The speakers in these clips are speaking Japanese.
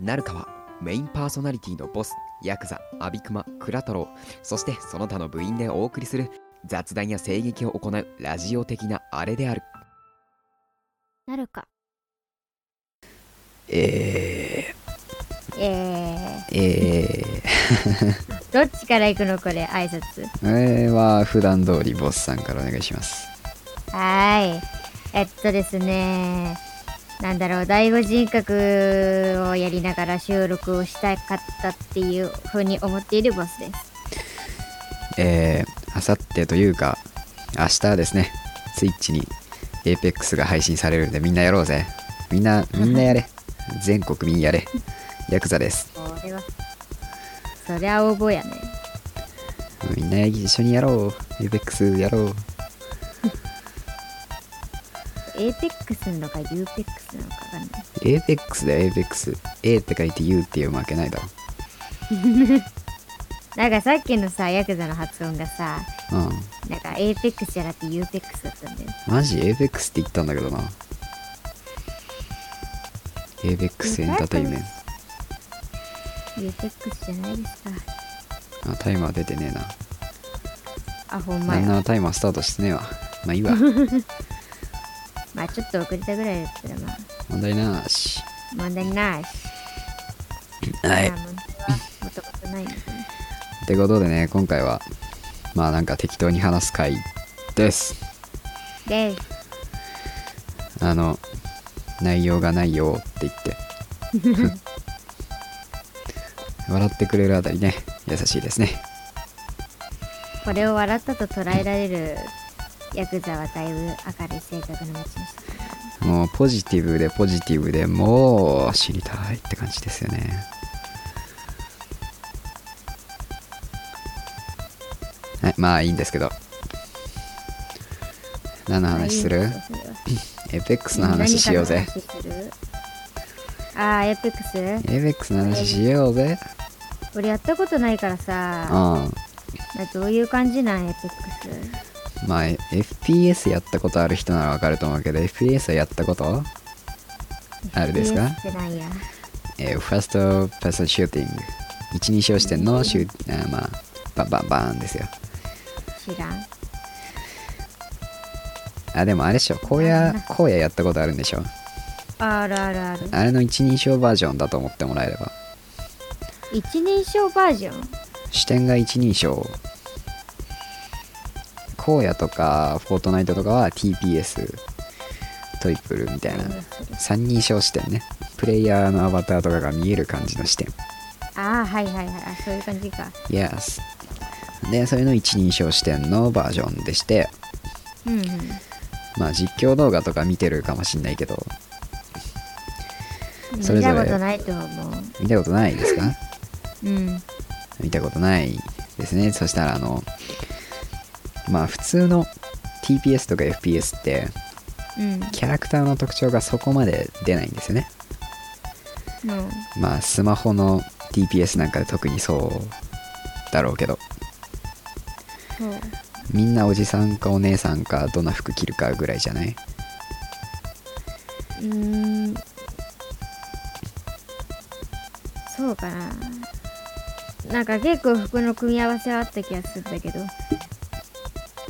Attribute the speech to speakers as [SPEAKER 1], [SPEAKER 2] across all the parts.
[SPEAKER 1] なるかはメインパーソナリティのボスヤクザアビクマクラ太郎そしてその他の部員でお送りする雑談や声劇を行うラジオ的なあれである
[SPEAKER 2] なるか
[SPEAKER 3] え
[SPEAKER 2] え
[SPEAKER 3] ー、え
[SPEAKER 2] ー、どっちから行くのこれ挨拶
[SPEAKER 3] ー、えーは普段通りボスさんからお願いします。
[SPEAKER 2] はーいえっとですねなんだろう第五人格をやりながら収録をしたかったっていうふうに思っているボスです
[SPEAKER 3] えー、あさってというか、明日ですね、スイッチに APEX が配信されるんでみんなやろうぜ。みんな、みんなやれ。全国民やれ。ヤクザです。
[SPEAKER 2] これはそりゃ応募やね
[SPEAKER 3] みんな一緒にやろう。APEX やろう。
[SPEAKER 2] エーペックスなのかユーペックスなのかわかんない
[SPEAKER 3] APEX だよ、APEX。A って書いて U っていう負けないだろ。
[SPEAKER 2] なんかさっきのさヤクザの発音がさ
[SPEAKER 3] うん。
[SPEAKER 2] なんかエーペックスじゃなくてユーペックスだったんだよ
[SPEAKER 3] マジ APEX って言ったんだけどな。APEX エンターテインメント。
[SPEAKER 2] ユーペックスじゃないですか
[SPEAKER 3] あタイマー出てねえな。
[SPEAKER 2] あほんま
[SPEAKER 3] なんな
[SPEAKER 2] や
[SPEAKER 3] らタイマースタートしてねえわ。まあいいわ。
[SPEAKER 2] まあちょっと遅れたぐらいだったらまあ
[SPEAKER 3] 問題なし。
[SPEAKER 2] 問題ないし
[SPEAKER 3] はい
[SPEAKER 2] ま。あ問題はもともとないのでね
[SPEAKER 3] ってことでね、今回は、まあなんか適当に話す回です。
[SPEAKER 2] で
[SPEAKER 3] あの、内容がないよって言って。笑ってくれるあたりね、優しいですね。
[SPEAKER 2] これを笑ったと捉えられるヤクザはだいぶ明るい性格の持ち主だ
[SPEAKER 3] もうポジティブでポジティブでもう知りたいって感じですよね。はい、まあいいんですけど。何の話す
[SPEAKER 2] ま
[SPEAKER 3] る
[SPEAKER 2] あいいんですよそれは
[SPEAKER 3] エペックスの話しようぜ。
[SPEAKER 2] 何かの話するあーエーペックス
[SPEAKER 3] エペックスの話しようぜ。
[SPEAKER 2] 俺やったことないからさ
[SPEAKER 3] うん。ま
[SPEAKER 2] まあどういう感じなんエーペックス
[SPEAKER 3] あ、FPS やったことある人ならわかると思うけど、FPS はやったことあれですか
[SPEAKER 2] FPS ってなんや
[SPEAKER 3] えーファーストパーソンシューティング。一人称視点のシュー、あーまあ、バンバンバーンですよ。
[SPEAKER 2] 知らん
[SPEAKER 3] あ、でもあれでしょ。荒野、荒野やったことあるんでしょ。
[SPEAKER 2] あるあるある
[SPEAKER 3] あれの一人称バージョンだと思ってもらえれば。
[SPEAKER 2] 一人称バージョン
[SPEAKER 3] 視点が一人称。荒野とか、フォートナイトとかは TPS、トリプルみたいな。三人称視点ね。プレイヤーのアバターとかが見える感じの視点。
[SPEAKER 2] ああはいはいはいあそういう感じか
[SPEAKER 3] Yes。で、それの一人称視点のバージョンでして、
[SPEAKER 2] うん、うん、
[SPEAKER 3] まあ実況動画とか見てるかもしんないけど、それ
[SPEAKER 2] 見
[SPEAKER 3] ぞれ
[SPEAKER 2] たことないと思う
[SPEAKER 3] 見たことないですか
[SPEAKER 2] うん
[SPEAKER 3] 見たことないですねそしたらあのまあ普通の TPS とか FPS って
[SPEAKER 2] うん
[SPEAKER 3] キャラクターの特徴がそこまで出ないんですよね
[SPEAKER 2] うん
[SPEAKER 3] まあスマホの TPS なんかで特にそうだろうけど
[SPEAKER 2] そう
[SPEAKER 3] みんなおじさんかお姉さんかどんな服着るかぐらいじゃないう
[SPEAKER 2] ーんそうかななんか結構服の組み合わせはあった気がするんだけど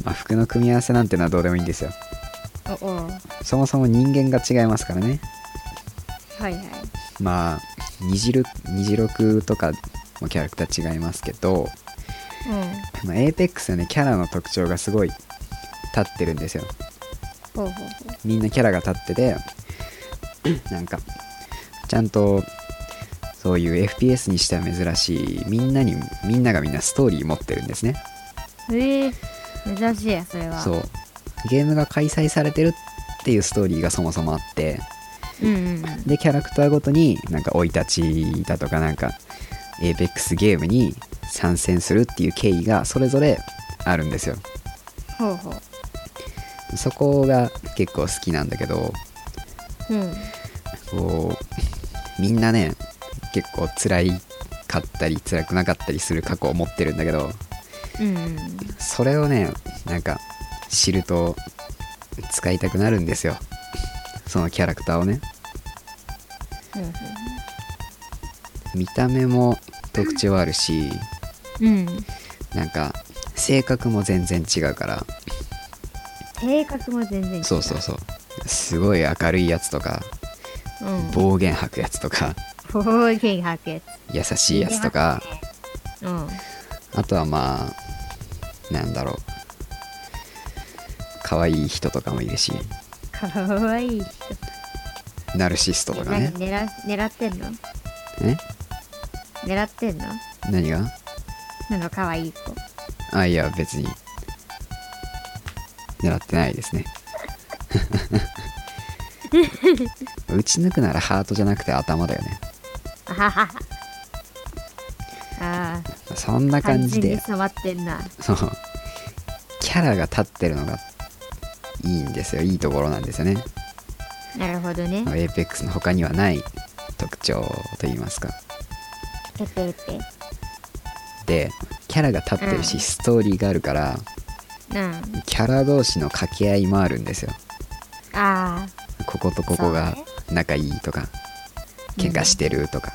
[SPEAKER 3] まあ服の組み合わせなんてのはどうでもいいんですよ
[SPEAKER 2] おおう
[SPEAKER 3] そもそも人間が違いますからね
[SPEAKER 2] はいはい
[SPEAKER 3] まあ虹る虹六とかもキャラクター違いますけどまあ、APEX はねキャラの特徴がすごい立ってるんですよ
[SPEAKER 2] うんほうほうほ
[SPEAKER 3] みんなキャラが立って てなんかちゃんとそういう FPS にしては珍しいみんなにみんながみんなストーリー持ってるんですね
[SPEAKER 2] うへえ珍しいやそれは
[SPEAKER 3] そうゲームが開催されてるっていうストーリーがそもそもあって
[SPEAKER 2] うんうんうん
[SPEAKER 3] でキャラクターごとになんか生い立ちだとかなんか APEX ゲームに参戦するっていう経緯がそれぞれあるんですよ
[SPEAKER 2] ほうほう
[SPEAKER 3] そこが結構好きなんだけど
[SPEAKER 2] うん
[SPEAKER 3] こうみんなね結構辛いかったり辛くなかったりする過去を持ってるんだけど
[SPEAKER 2] うんうんうん
[SPEAKER 3] それをねなんか知ると使いたくなるんですよそのキャラクターをね見た目も特徴あるし
[SPEAKER 2] うん
[SPEAKER 3] なんか性格も全然違うから
[SPEAKER 2] 性格も全然違う
[SPEAKER 3] そうそうそうすごい明るいやつとか
[SPEAKER 2] う、ん、
[SPEAKER 3] 暴言吐くやつとか
[SPEAKER 2] 暴言吐くや
[SPEAKER 3] 優しいやつとか
[SPEAKER 2] つうん
[SPEAKER 3] あとはまあなんだろう可愛い人とかもいるし
[SPEAKER 2] かわいい人
[SPEAKER 3] ナルシストとかね
[SPEAKER 2] 何狙狙ってんの
[SPEAKER 3] え
[SPEAKER 2] 狙ってんの
[SPEAKER 3] 何が
[SPEAKER 2] その可愛い子
[SPEAKER 3] あいや別に狙ってないですね打ち抜くならハートじゃなくて頭だよね
[SPEAKER 2] あはははああ
[SPEAKER 3] そんな感
[SPEAKER 2] 完
[SPEAKER 3] じ
[SPEAKER 2] 全に
[SPEAKER 3] で
[SPEAKER 2] 染まってんな
[SPEAKER 3] そうキャラが立ってるのがいいんですよいいところなんですよね
[SPEAKER 2] なるほどね
[SPEAKER 3] エーペックスの他にはない特徴といいますか
[SPEAKER 2] ペペペ
[SPEAKER 3] でキャラが立ってるし、
[SPEAKER 2] うん
[SPEAKER 3] ストーリーがあるから
[SPEAKER 2] うん
[SPEAKER 3] キャラ同士の掛け合いもあるんですよ
[SPEAKER 2] ああ
[SPEAKER 3] こことここが仲いいとか、
[SPEAKER 2] そうね
[SPEAKER 3] 喧嘩してるとか、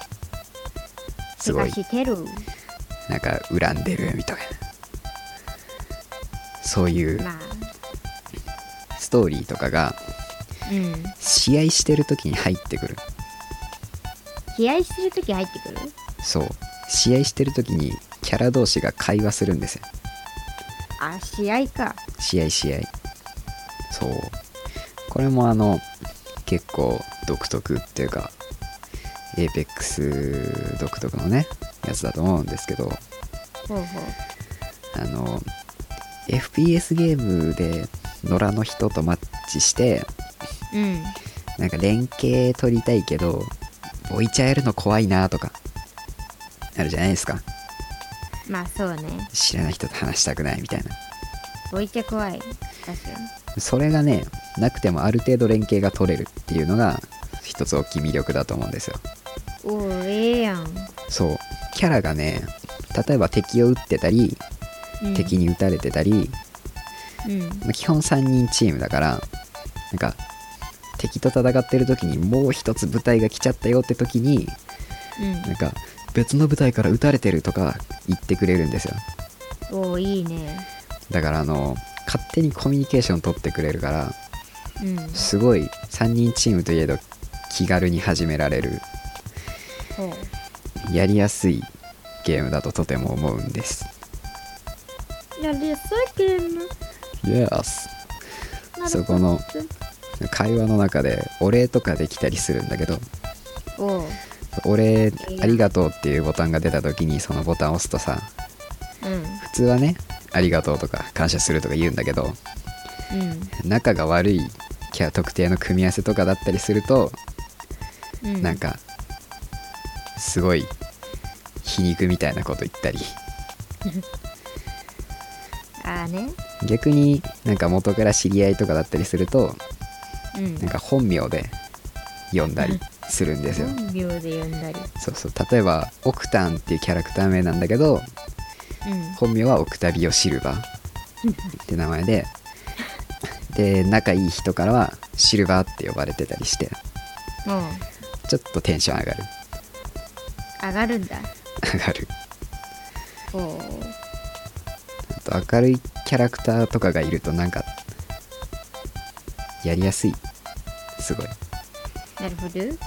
[SPEAKER 3] すごい
[SPEAKER 2] 怪我してる
[SPEAKER 3] なんか恨んでるみたいなそういう
[SPEAKER 2] まあ
[SPEAKER 3] ストーリーとかが
[SPEAKER 2] うん
[SPEAKER 3] 試合してる時に入ってくる
[SPEAKER 2] 気合してるとき入ってくる
[SPEAKER 3] そう試合してる時にキャラ同士が会話するんですよ
[SPEAKER 2] あ試合か
[SPEAKER 3] 試合試合そうこれもあの結構独特っていうか APEX 独特のねやつだと思うんですけど
[SPEAKER 2] ほうほう
[SPEAKER 3] あの FPS ゲームで野良の人とマッチして
[SPEAKER 2] うん
[SPEAKER 3] なんか連携取りたいけど置いちゃえるの怖いなとかあるじゃないですか
[SPEAKER 2] まあそうね
[SPEAKER 3] 知らない人と話したくないみたいな
[SPEAKER 2] 置いて怖い確かに
[SPEAKER 3] それがねなくてもある程度連携が取れるっていうのが一つ大きい魅力だと思うんですよ
[SPEAKER 2] おおええやん、
[SPEAKER 3] そうキャラがね例えば敵を撃ってたり
[SPEAKER 2] うん、
[SPEAKER 3] 敵に撃たれてたり、
[SPEAKER 2] うん
[SPEAKER 3] まあ基本3人チームだからなんか敵と戦ってる時にもう一つ部隊が来ちゃったよって時になんか別の部隊から撃たれてるとか言ってくれるんですよ
[SPEAKER 2] うんおおいいね
[SPEAKER 3] だからあの勝手にコミュニケーション取ってくれるから
[SPEAKER 2] うん
[SPEAKER 3] すごい3人チームといえど気軽に始められる
[SPEAKER 2] ほう
[SPEAKER 3] やりやすいゲームだととても思うんです
[SPEAKER 2] やりやすいゲーム
[SPEAKER 3] Yes そこの会話の中でお礼とかできたりするんだけど
[SPEAKER 2] おう
[SPEAKER 3] お礼ありがとうっていうボタンが出た時にそのボタンを押すとさ
[SPEAKER 2] うん
[SPEAKER 3] 普通はねありがとうとか感謝するとか言うんだけど仲が悪いキャラ特定の組み合わせとかだったりすると
[SPEAKER 2] うんうん
[SPEAKER 3] なんかすごい皮肉みたいなこと言ったり
[SPEAKER 2] ああね
[SPEAKER 3] 逆になんか元から知り合いとかだったりすると
[SPEAKER 2] うん
[SPEAKER 3] なんか本名で呼んだりするんですよ
[SPEAKER 2] 本名で呼んだり
[SPEAKER 3] そうそう例えばオクタンっていうキャラクター名なんだけど本名はオクタビオ・シルバーって名前でで仲いい人からはシルバーって呼ばれてたりして
[SPEAKER 2] うんうん
[SPEAKER 3] ちょっとテンション上がる
[SPEAKER 2] 上がるんだ
[SPEAKER 3] 上がる
[SPEAKER 2] おお
[SPEAKER 3] あと明るいキャラクターとかがいるとなんかやりやすいすごい
[SPEAKER 2] なるほど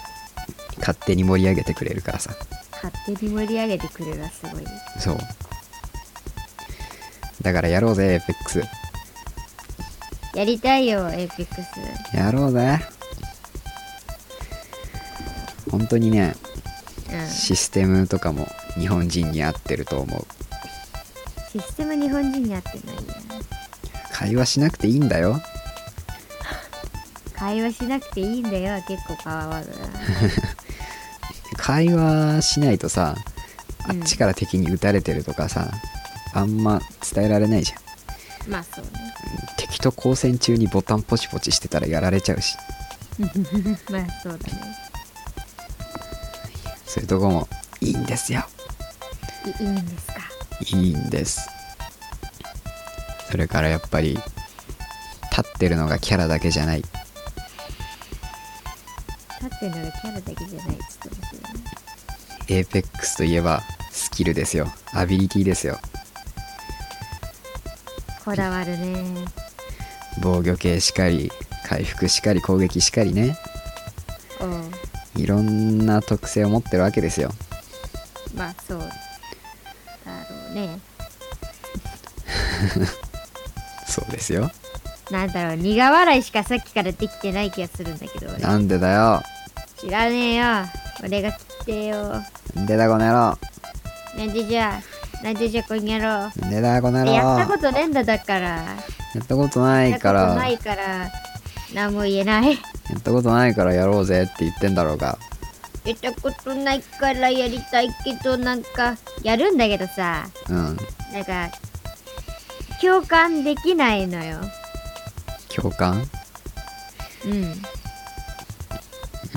[SPEAKER 3] 勝手に盛り上げてくれるからさ
[SPEAKER 2] 勝手に盛り上げてくれるはすごい
[SPEAKER 3] そうだからやろうぜエーペックス
[SPEAKER 2] やりたいよエイペックス
[SPEAKER 3] やろうぜ本当にね
[SPEAKER 2] うん
[SPEAKER 3] シ
[SPEAKER 2] シ
[SPEAKER 3] ステムとかも日本人に合ってると思う
[SPEAKER 2] ステム日本人に合ってんのいいな
[SPEAKER 3] 会話しなくていいんだよ
[SPEAKER 2] 会話しなくていいんだよ結構パワーワードだ な
[SPEAKER 3] 会話しないとさあ
[SPEAKER 2] うん
[SPEAKER 3] っちから敵に撃たれてるとかさ、あんま伝えられないじゃん
[SPEAKER 2] まあそうね
[SPEAKER 3] 敵と交戦中にボタンポチポチしてたらやられちゃうし
[SPEAKER 2] まあそうだね
[SPEAKER 3] そういうとこもいいんですよ
[SPEAKER 2] いいいんですか
[SPEAKER 3] いいんですそれからやっぱり立ってるのがキャラだけじゃない
[SPEAKER 2] 立ってるのがキャラだけじゃないちょっと面白いね
[SPEAKER 3] APEX といえばスキルですよアビリティですよ
[SPEAKER 2] こだわるね。
[SPEAKER 3] 防御系しかり回復しかり攻撃しかりね
[SPEAKER 2] うん。
[SPEAKER 3] いろんな特性を持ってるわけですよ
[SPEAKER 2] まあ、そう。だろうね。
[SPEAKER 3] そうですよ
[SPEAKER 2] なんだろう、苦笑いしかさっきからできてない気がするんだけど、俺。
[SPEAKER 3] なんでだよ
[SPEAKER 2] 知らねえよ。俺が切ってよ。
[SPEAKER 3] なんでだこの野郎
[SPEAKER 2] なんでじゃ、なんでじゃ、こんやろう。
[SPEAKER 3] なんでだこの野郎
[SPEAKER 2] やったことねえんだだから。
[SPEAKER 3] やったことないか
[SPEAKER 2] やったこと
[SPEAKER 3] ら
[SPEAKER 2] ないから、何も言えない。
[SPEAKER 3] やったことないからやろうぜって言ってんだろうが
[SPEAKER 2] やったことないからやりたいけど、なんか、やるんだけどさ、
[SPEAKER 3] うん
[SPEAKER 2] なんか、共感できないのよ。
[SPEAKER 3] 共感
[SPEAKER 2] う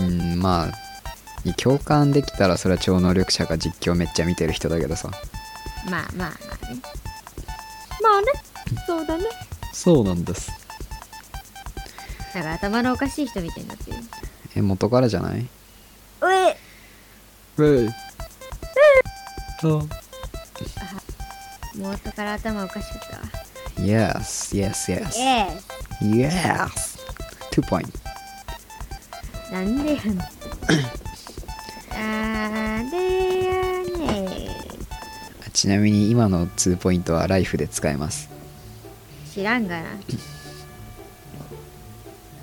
[SPEAKER 2] ん。
[SPEAKER 3] うんまあ共感できたらそれは超能力者が実況めっちゃ見てる人だけどさ
[SPEAKER 2] まあまあまあね。まあね、そうだね。
[SPEAKER 3] そうなんです
[SPEAKER 2] なんか頭のおかしい人みたいになってる。
[SPEAKER 3] え元からじゃないう
[SPEAKER 2] え
[SPEAKER 3] えそう
[SPEAKER 2] 元から頭おかしかったわ。
[SPEAKER 3] Yes, yes, yes.
[SPEAKER 2] え
[SPEAKER 3] Yes! Two point.
[SPEAKER 2] えなんでやんのあーでやね
[SPEAKER 3] ちなみに今の2ポイントはライフで使えます。
[SPEAKER 2] 知らんがな。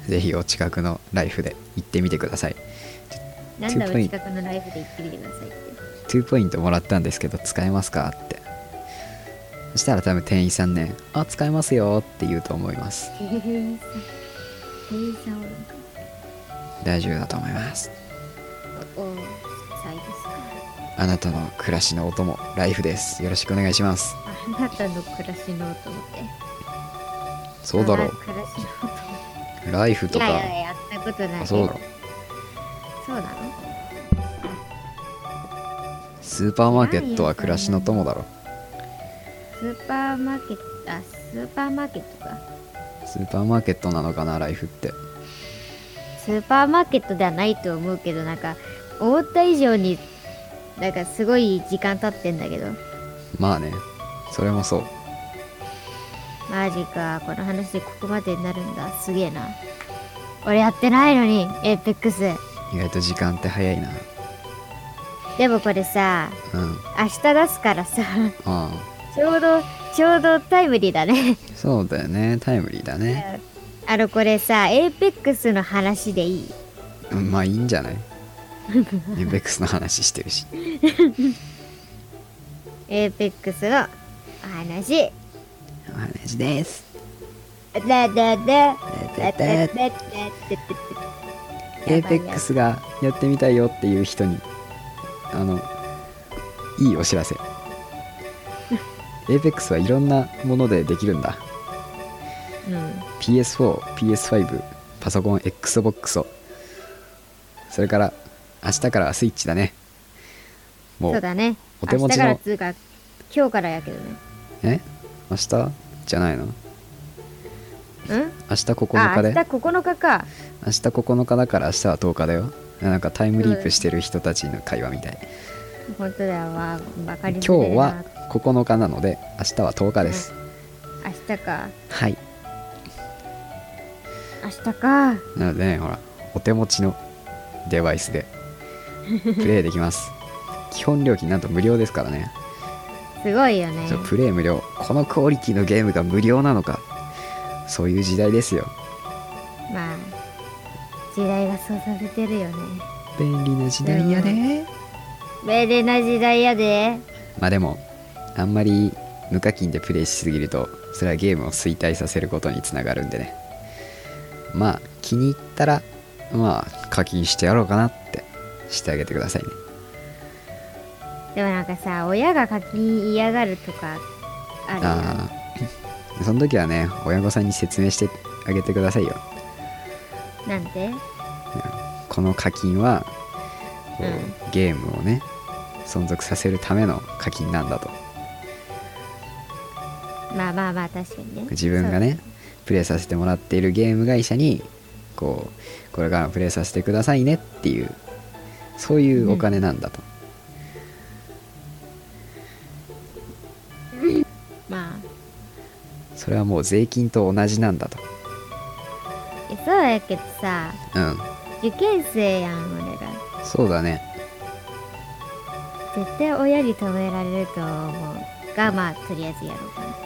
[SPEAKER 3] ぜひお近くのライフで行ってみてください。
[SPEAKER 2] なんだ
[SPEAKER 3] トゥー
[SPEAKER 2] ろ
[SPEAKER 3] ポ
[SPEAKER 2] う
[SPEAKER 3] イン
[SPEAKER 2] 近くのライブで行ってみてくださいって。
[SPEAKER 3] 2ポイントもらったんですけど使えますかって。そしたら多分店員さんね、あ、使えますよって言うと思います。
[SPEAKER 2] 店員さん。店員さんおるんか。
[SPEAKER 3] 大丈夫だと思います。
[SPEAKER 2] おお、さいですか。
[SPEAKER 3] あなたの暮らしのお供、ライフです。よろしくお願いします。
[SPEAKER 2] あなたの暮らしの音って。
[SPEAKER 3] そうだろ
[SPEAKER 2] あー暮らしの音
[SPEAKER 3] う。ライフ
[SPEAKER 2] い
[SPEAKER 3] と
[SPEAKER 2] やい
[SPEAKER 3] か、
[SPEAKER 2] や、やったことない。
[SPEAKER 3] あそうだろう。
[SPEAKER 2] そうなの
[SPEAKER 3] スーパーマーケットは暮らしの友だろ。
[SPEAKER 2] スーパーマーケット、あ、スーパーマーケットか。
[SPEAKER 3] スーパーマーケットなのかな、ライフって。
[SPEAKER 2] スーパーマーケットではないと思うけど、なんか、思った以上に、なんかすごい時間経ってんだけど。
[SPEAKER 3] まあね、それもそう。
[SPEAKER 2] マジか、この話でここまでになるんだ。すげえな。俺やってないのに、エーペックス。
[SPEAKER 3] 意外と時間って早いな
[SPEAKER 2] でもこれさ、
[SPEAKER 3] うん
[SPEAKER 2] 明日出すからさ、
[SPEAKER 3] あ
[SPEAKER 2] ちょうど、ちょうどタイムリーだね。
[SPEAKER 3] あそうだよねタイムリーだね
[SPEAKER 2] あの、これさ、エーペックスの話でいい
[SPEAKER 3] うんまあいいんじゃないエベックスの話してるし
[SPEAKER 2] エーペックスのお話。
[SPEAKER 3] お話です
[SPEAKER 2] だだだ。
[SPEAKER 3] だだだエーペックスがやってみたいよっていう人にあのいいお知らせエーペックスはいろんなものでできるんだ
[SPEAKER 2] うん。
[SPEAKER 3] PS4PS5 パソコン XBOX をそれから明日からはスイッチだねも
[SPEAKER 2] そう
[SPEAKER 3] う
[SPEAKER 2] だね。
[SPEAKER 3] お手持ちの
[SPEAKER 2] 明日からつうか、今日からやけどね。
[SPEAKER 3] え明日じゃないの
[SPEAKER 2] うん
[SPEAKER 3] 明日9
[SPEAKER 2] あ、
[SPEAKER 3] 日
[SPEAKER 2] 明
[SPEAKER 3] で
[SPEAKER 2] 日9日か。
[SPEAKER 3] 明日9日だから明日は10日だよなんかタイムリープしてる人たちの会話みたい、
[SPEAKER 2] 本当だわ。ばかり
[SPEAKER 3] 今
[SPEAKER 2] づ
[SPEAKER 3] 日
[SPEAKER 2] れえな
[SPEAKER 3] は9日なので明日は10日です、
[SPEAKER 2] 明日か。
[SPEAKER 3] はい
[SPEAKER 2] 明日か。
[SPEAKER 3] なのでねほらお手持ちのデバイスでプレイでき ます基本料金なんと無料ですからね、
[SPEAKER 2] すごいよね
[SPEAKER 3] そう。プレイ無料このクオリティのゲームが無料なのかそういう時代ですよ
[SPEAKER 2] まあ、時代がそうさせてるよね。
[SPEAKER 3] 便利な時代やで、
[SPEAKER 2] 便利な時代やで。
[SPEAKER 3] まあでもあんまり無課金でプレイしすぎるとそれはゲームを衰退させることにつながるんでねまあ気に入ったらまあ課金してやろうかなってしてあげてくださいね
[SPEAKER 2] でもなんかさ、親が課金嫌がるとか、あるよね
[SPEAKER 3] ああその時はね親御さんに説明してあげてくださいよ
[SPEAKER 2] なんて
[SPEAKER 3] この課金はこう
[SPEAKER 2] う
[SPEAKER 3] ゲームをね存続させるための課金なんだと
[SPEAKER 2] まあまあまあ確かにね
[SPEAKER 3] 自分がねプレイさせてもらっているゲーム会社にこうこれからもプレイさせてくださいねっていうそういうお金なんだと、それはもう税金と同じなんだと
[SPEAKER 2] えそうやけどさ
[SPEAKER 3] うん
[SPEAKER 2] 受験生やん俺ら
[SPEAKER 3] そうだね
[SPEAKER 2] 絶対親に止められると思うがまあとりあえずやろうかな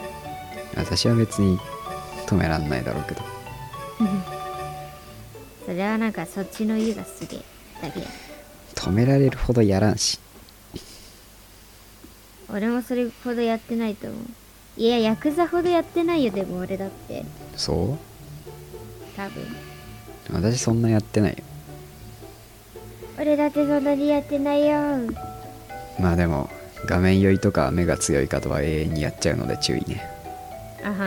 [SPEAKER 3] 私は別に止めらんないだろうけど
[SPEAKER 2] それはなんかそっちの家がすげえだけや
[SPEAKER 3] 止められるほどやらんし
[SPEAKER 2] 俺もそれほどやってないと思ういやヤクザほどやってないよでも俺だって
[SPEAKER 3] そ
[SPEAKER 2] 多分
[SPEAKER 3] う私そんなやってないよ
[SPEAKER 2] 俺だってそんなにやってないよ
[SPEAKER 3] まあでも画面酔いとか目が強い方は永遠にやっちゃうので注意ね
[SPEAKER 2] あはん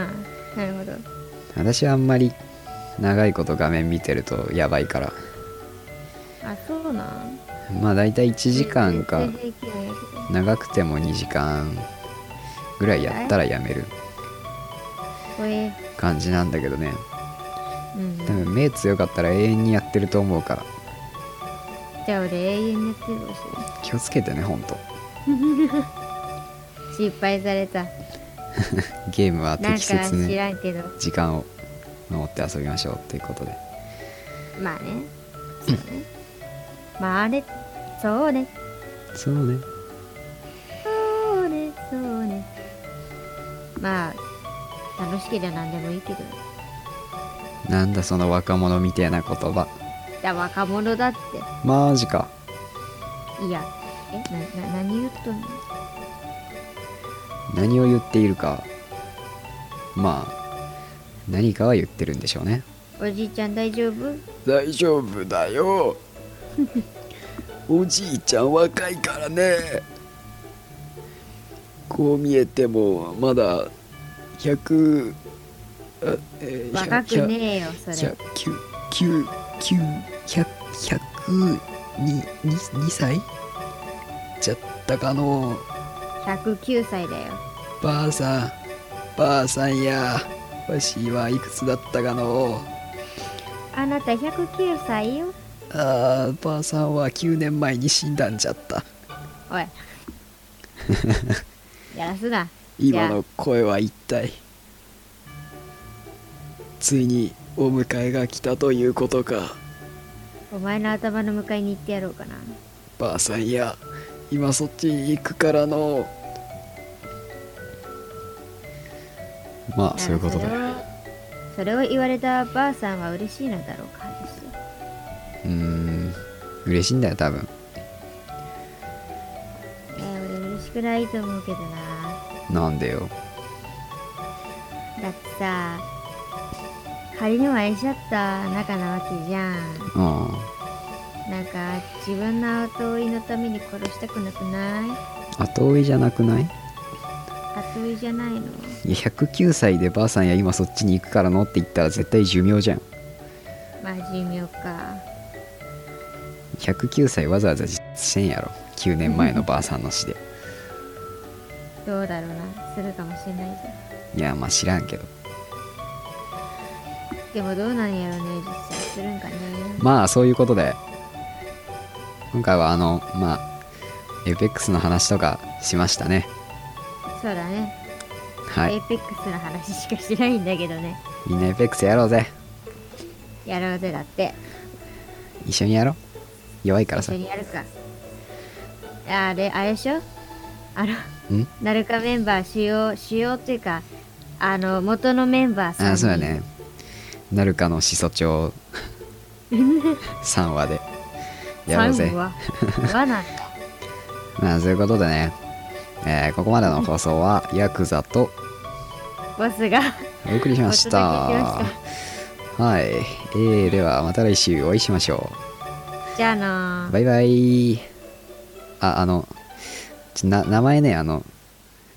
[SPEAKER 2] なるほど
[SPEAKER 3] 私はあんまり長いこと画面見てるとやばいから
[SPEAKER 2] あそうなん
[SPEAKER 3] まあ大体1時間か
[SPEAKER 2] 全然平気なんやけど
[SPEAKER 3] 長くても2時間ぐらいやったらやめる
[SPEAKER 2] これ
[SPEAKER 3] 感じなんだけどね
[SPEAKER 2] うん
[SPEAKER 3] 多分目強かったら永遠にやってると思うから
[SPEAKER 2] じゃあ俺永遠にやってるかもし
[SPEAKER 3] 気をつけてねほんと
[SPEAKER 2] れない失敗された
[SPEAKER 3] ゲームは
[SPEAKER 2] なんか
[SPEAKER 3] 適切
[SPEAKER 2] 知
[SPEAKER 3] に
[SPEAKER 2] らんけど
[SPEAKER 3] 時間を守って遊びましょうっていうことで
[SPEAKER 2] まあねそうねまああれそうね
[SPEAKER 3] そうね
[SPEAKER 2] そうねそうねまあ楽しけりゃ何でもいいけど
[SPEAKER 3] なんだその若者みてえな言葉
[SPEAKER 2] いや若者だって
[SPEAKER 3] マジか
[SPEAKER 2] いやえなな何言っとんの
[SPEAKER 3] 何を言っているかまあ何かは言ってるんでしょうね
[SPEAKER 2] おじいちゃん大丈夫
[SPEAKER 3] 大丈夫だ よおじいちゃん若いからねこう見えてもまだ100あえー
[SPEAKER 2] 若くねえよそ
[SPEAKER 3] じゃ
[SPEAKER 2] れ
[SPEAKER 3] あ九九九百百二二二歳じゃったかの
[SPEAKER 2] 109歳だよ
[SPEAKER 3] ばあさんばあさんやわしはいくつだったかの
[SPEAKER 2] あなた109歳よ
[SPEAKER 3] あーばあさんは9年前に死んだんじゃった
[SPEAKER 2] おいやらすな
[SPEAKER 3] 今
[SPEAKER 2] いや
[SPEAKER 3] の声は一体ついにお迎えが来たということか
[SPEAKER 2] お前の頭の迎えに行ってやろうかな
[SPEAKER 3] ばあさんや今そっちに行くからのまあそういうこと
[SPEAKER 2] だ
[SPEAKER 3] だう
[SPEAKER 2] それを言われたばあさんは嬉しいのだろうか私
[SPEAKER 3] ーん嬉しいんだよ多分
[SPEAKER 2] えー俺嬉しくないと思うけどな
[SPEAKER 3] なんでよ
[SPEAKER 2] だってさ仮にも愛し合った仲なわけじゃん
[SPEAKER 3] うん
[SPEAKER 2] なんか自分の後追いのために殺したくなくない
[SPEAKER 3] 後追いじゃなくない
[SPEAKER 2] 後追いじゃないの
[SPEAKER 3] いや109歳でばあさんや今そっちに行くからのって言ったら絶対寿命じゃん
[SPEAKER 2] まあ寿命か
[SPEAKER 3] 109歳わざわざ実せんやろ9年前のばあさんの死で
[SPEAKER 2] どうだろうなするかもしれないじゃ
[SPEAKER 3] いやまあ知らんけど
[SPEAKER 2] んでもどうなんやろね実際するんかね
[SPEAKER 3] まあそういうことで今回はあのまあエペックスの話とかしましたね
[SPEAKER 2] そうだね、
[SPEAKER 3] は
[SPEAKER 2] エ
[SPEAKER 3] い
[SPEAKER 2] イペックスの話しかしないんだけどね
[SPEAKER 3] みんなエペックスやろうぜ
[SPEAKER 2] やろうぜだって
[SPEAKER 3] 一緒にやろう弱いから
[SPEAKER 2] 一
[SPEAKER 3] さ
[SPEAKER 2] 緒にやるかあれあれでしょあの
[SPEAKER 3] ん
[SPEAKER 2] なるかメンバー主要主要っていうかあの元のメンバーさん
[SPEAKER 3] あそうやねなるかの始祖 鳥3話でやろうぜ
[SPEAKER 2] 最後は和なんだ
[SPEAKER 3] まあそういうことでね、えーここまでの放送はヤクザと
[SPEAKER 2] ボスが
[SPEAKER 3] お送りしまし
[SPEAKER 2] お届け
[SPEAKER 3] た
[SPEAKER 2] しまし
[SPEAKER 3] はい、えー、ではまた来週お会いしましょ
[SPEAKER 2] じゃあな
[SPEAKER 3] うバイバイああのちょな名前ねあの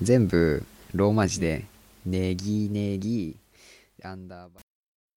[SPEAKER 3] 全部ローマ字でネギネギアンダーバー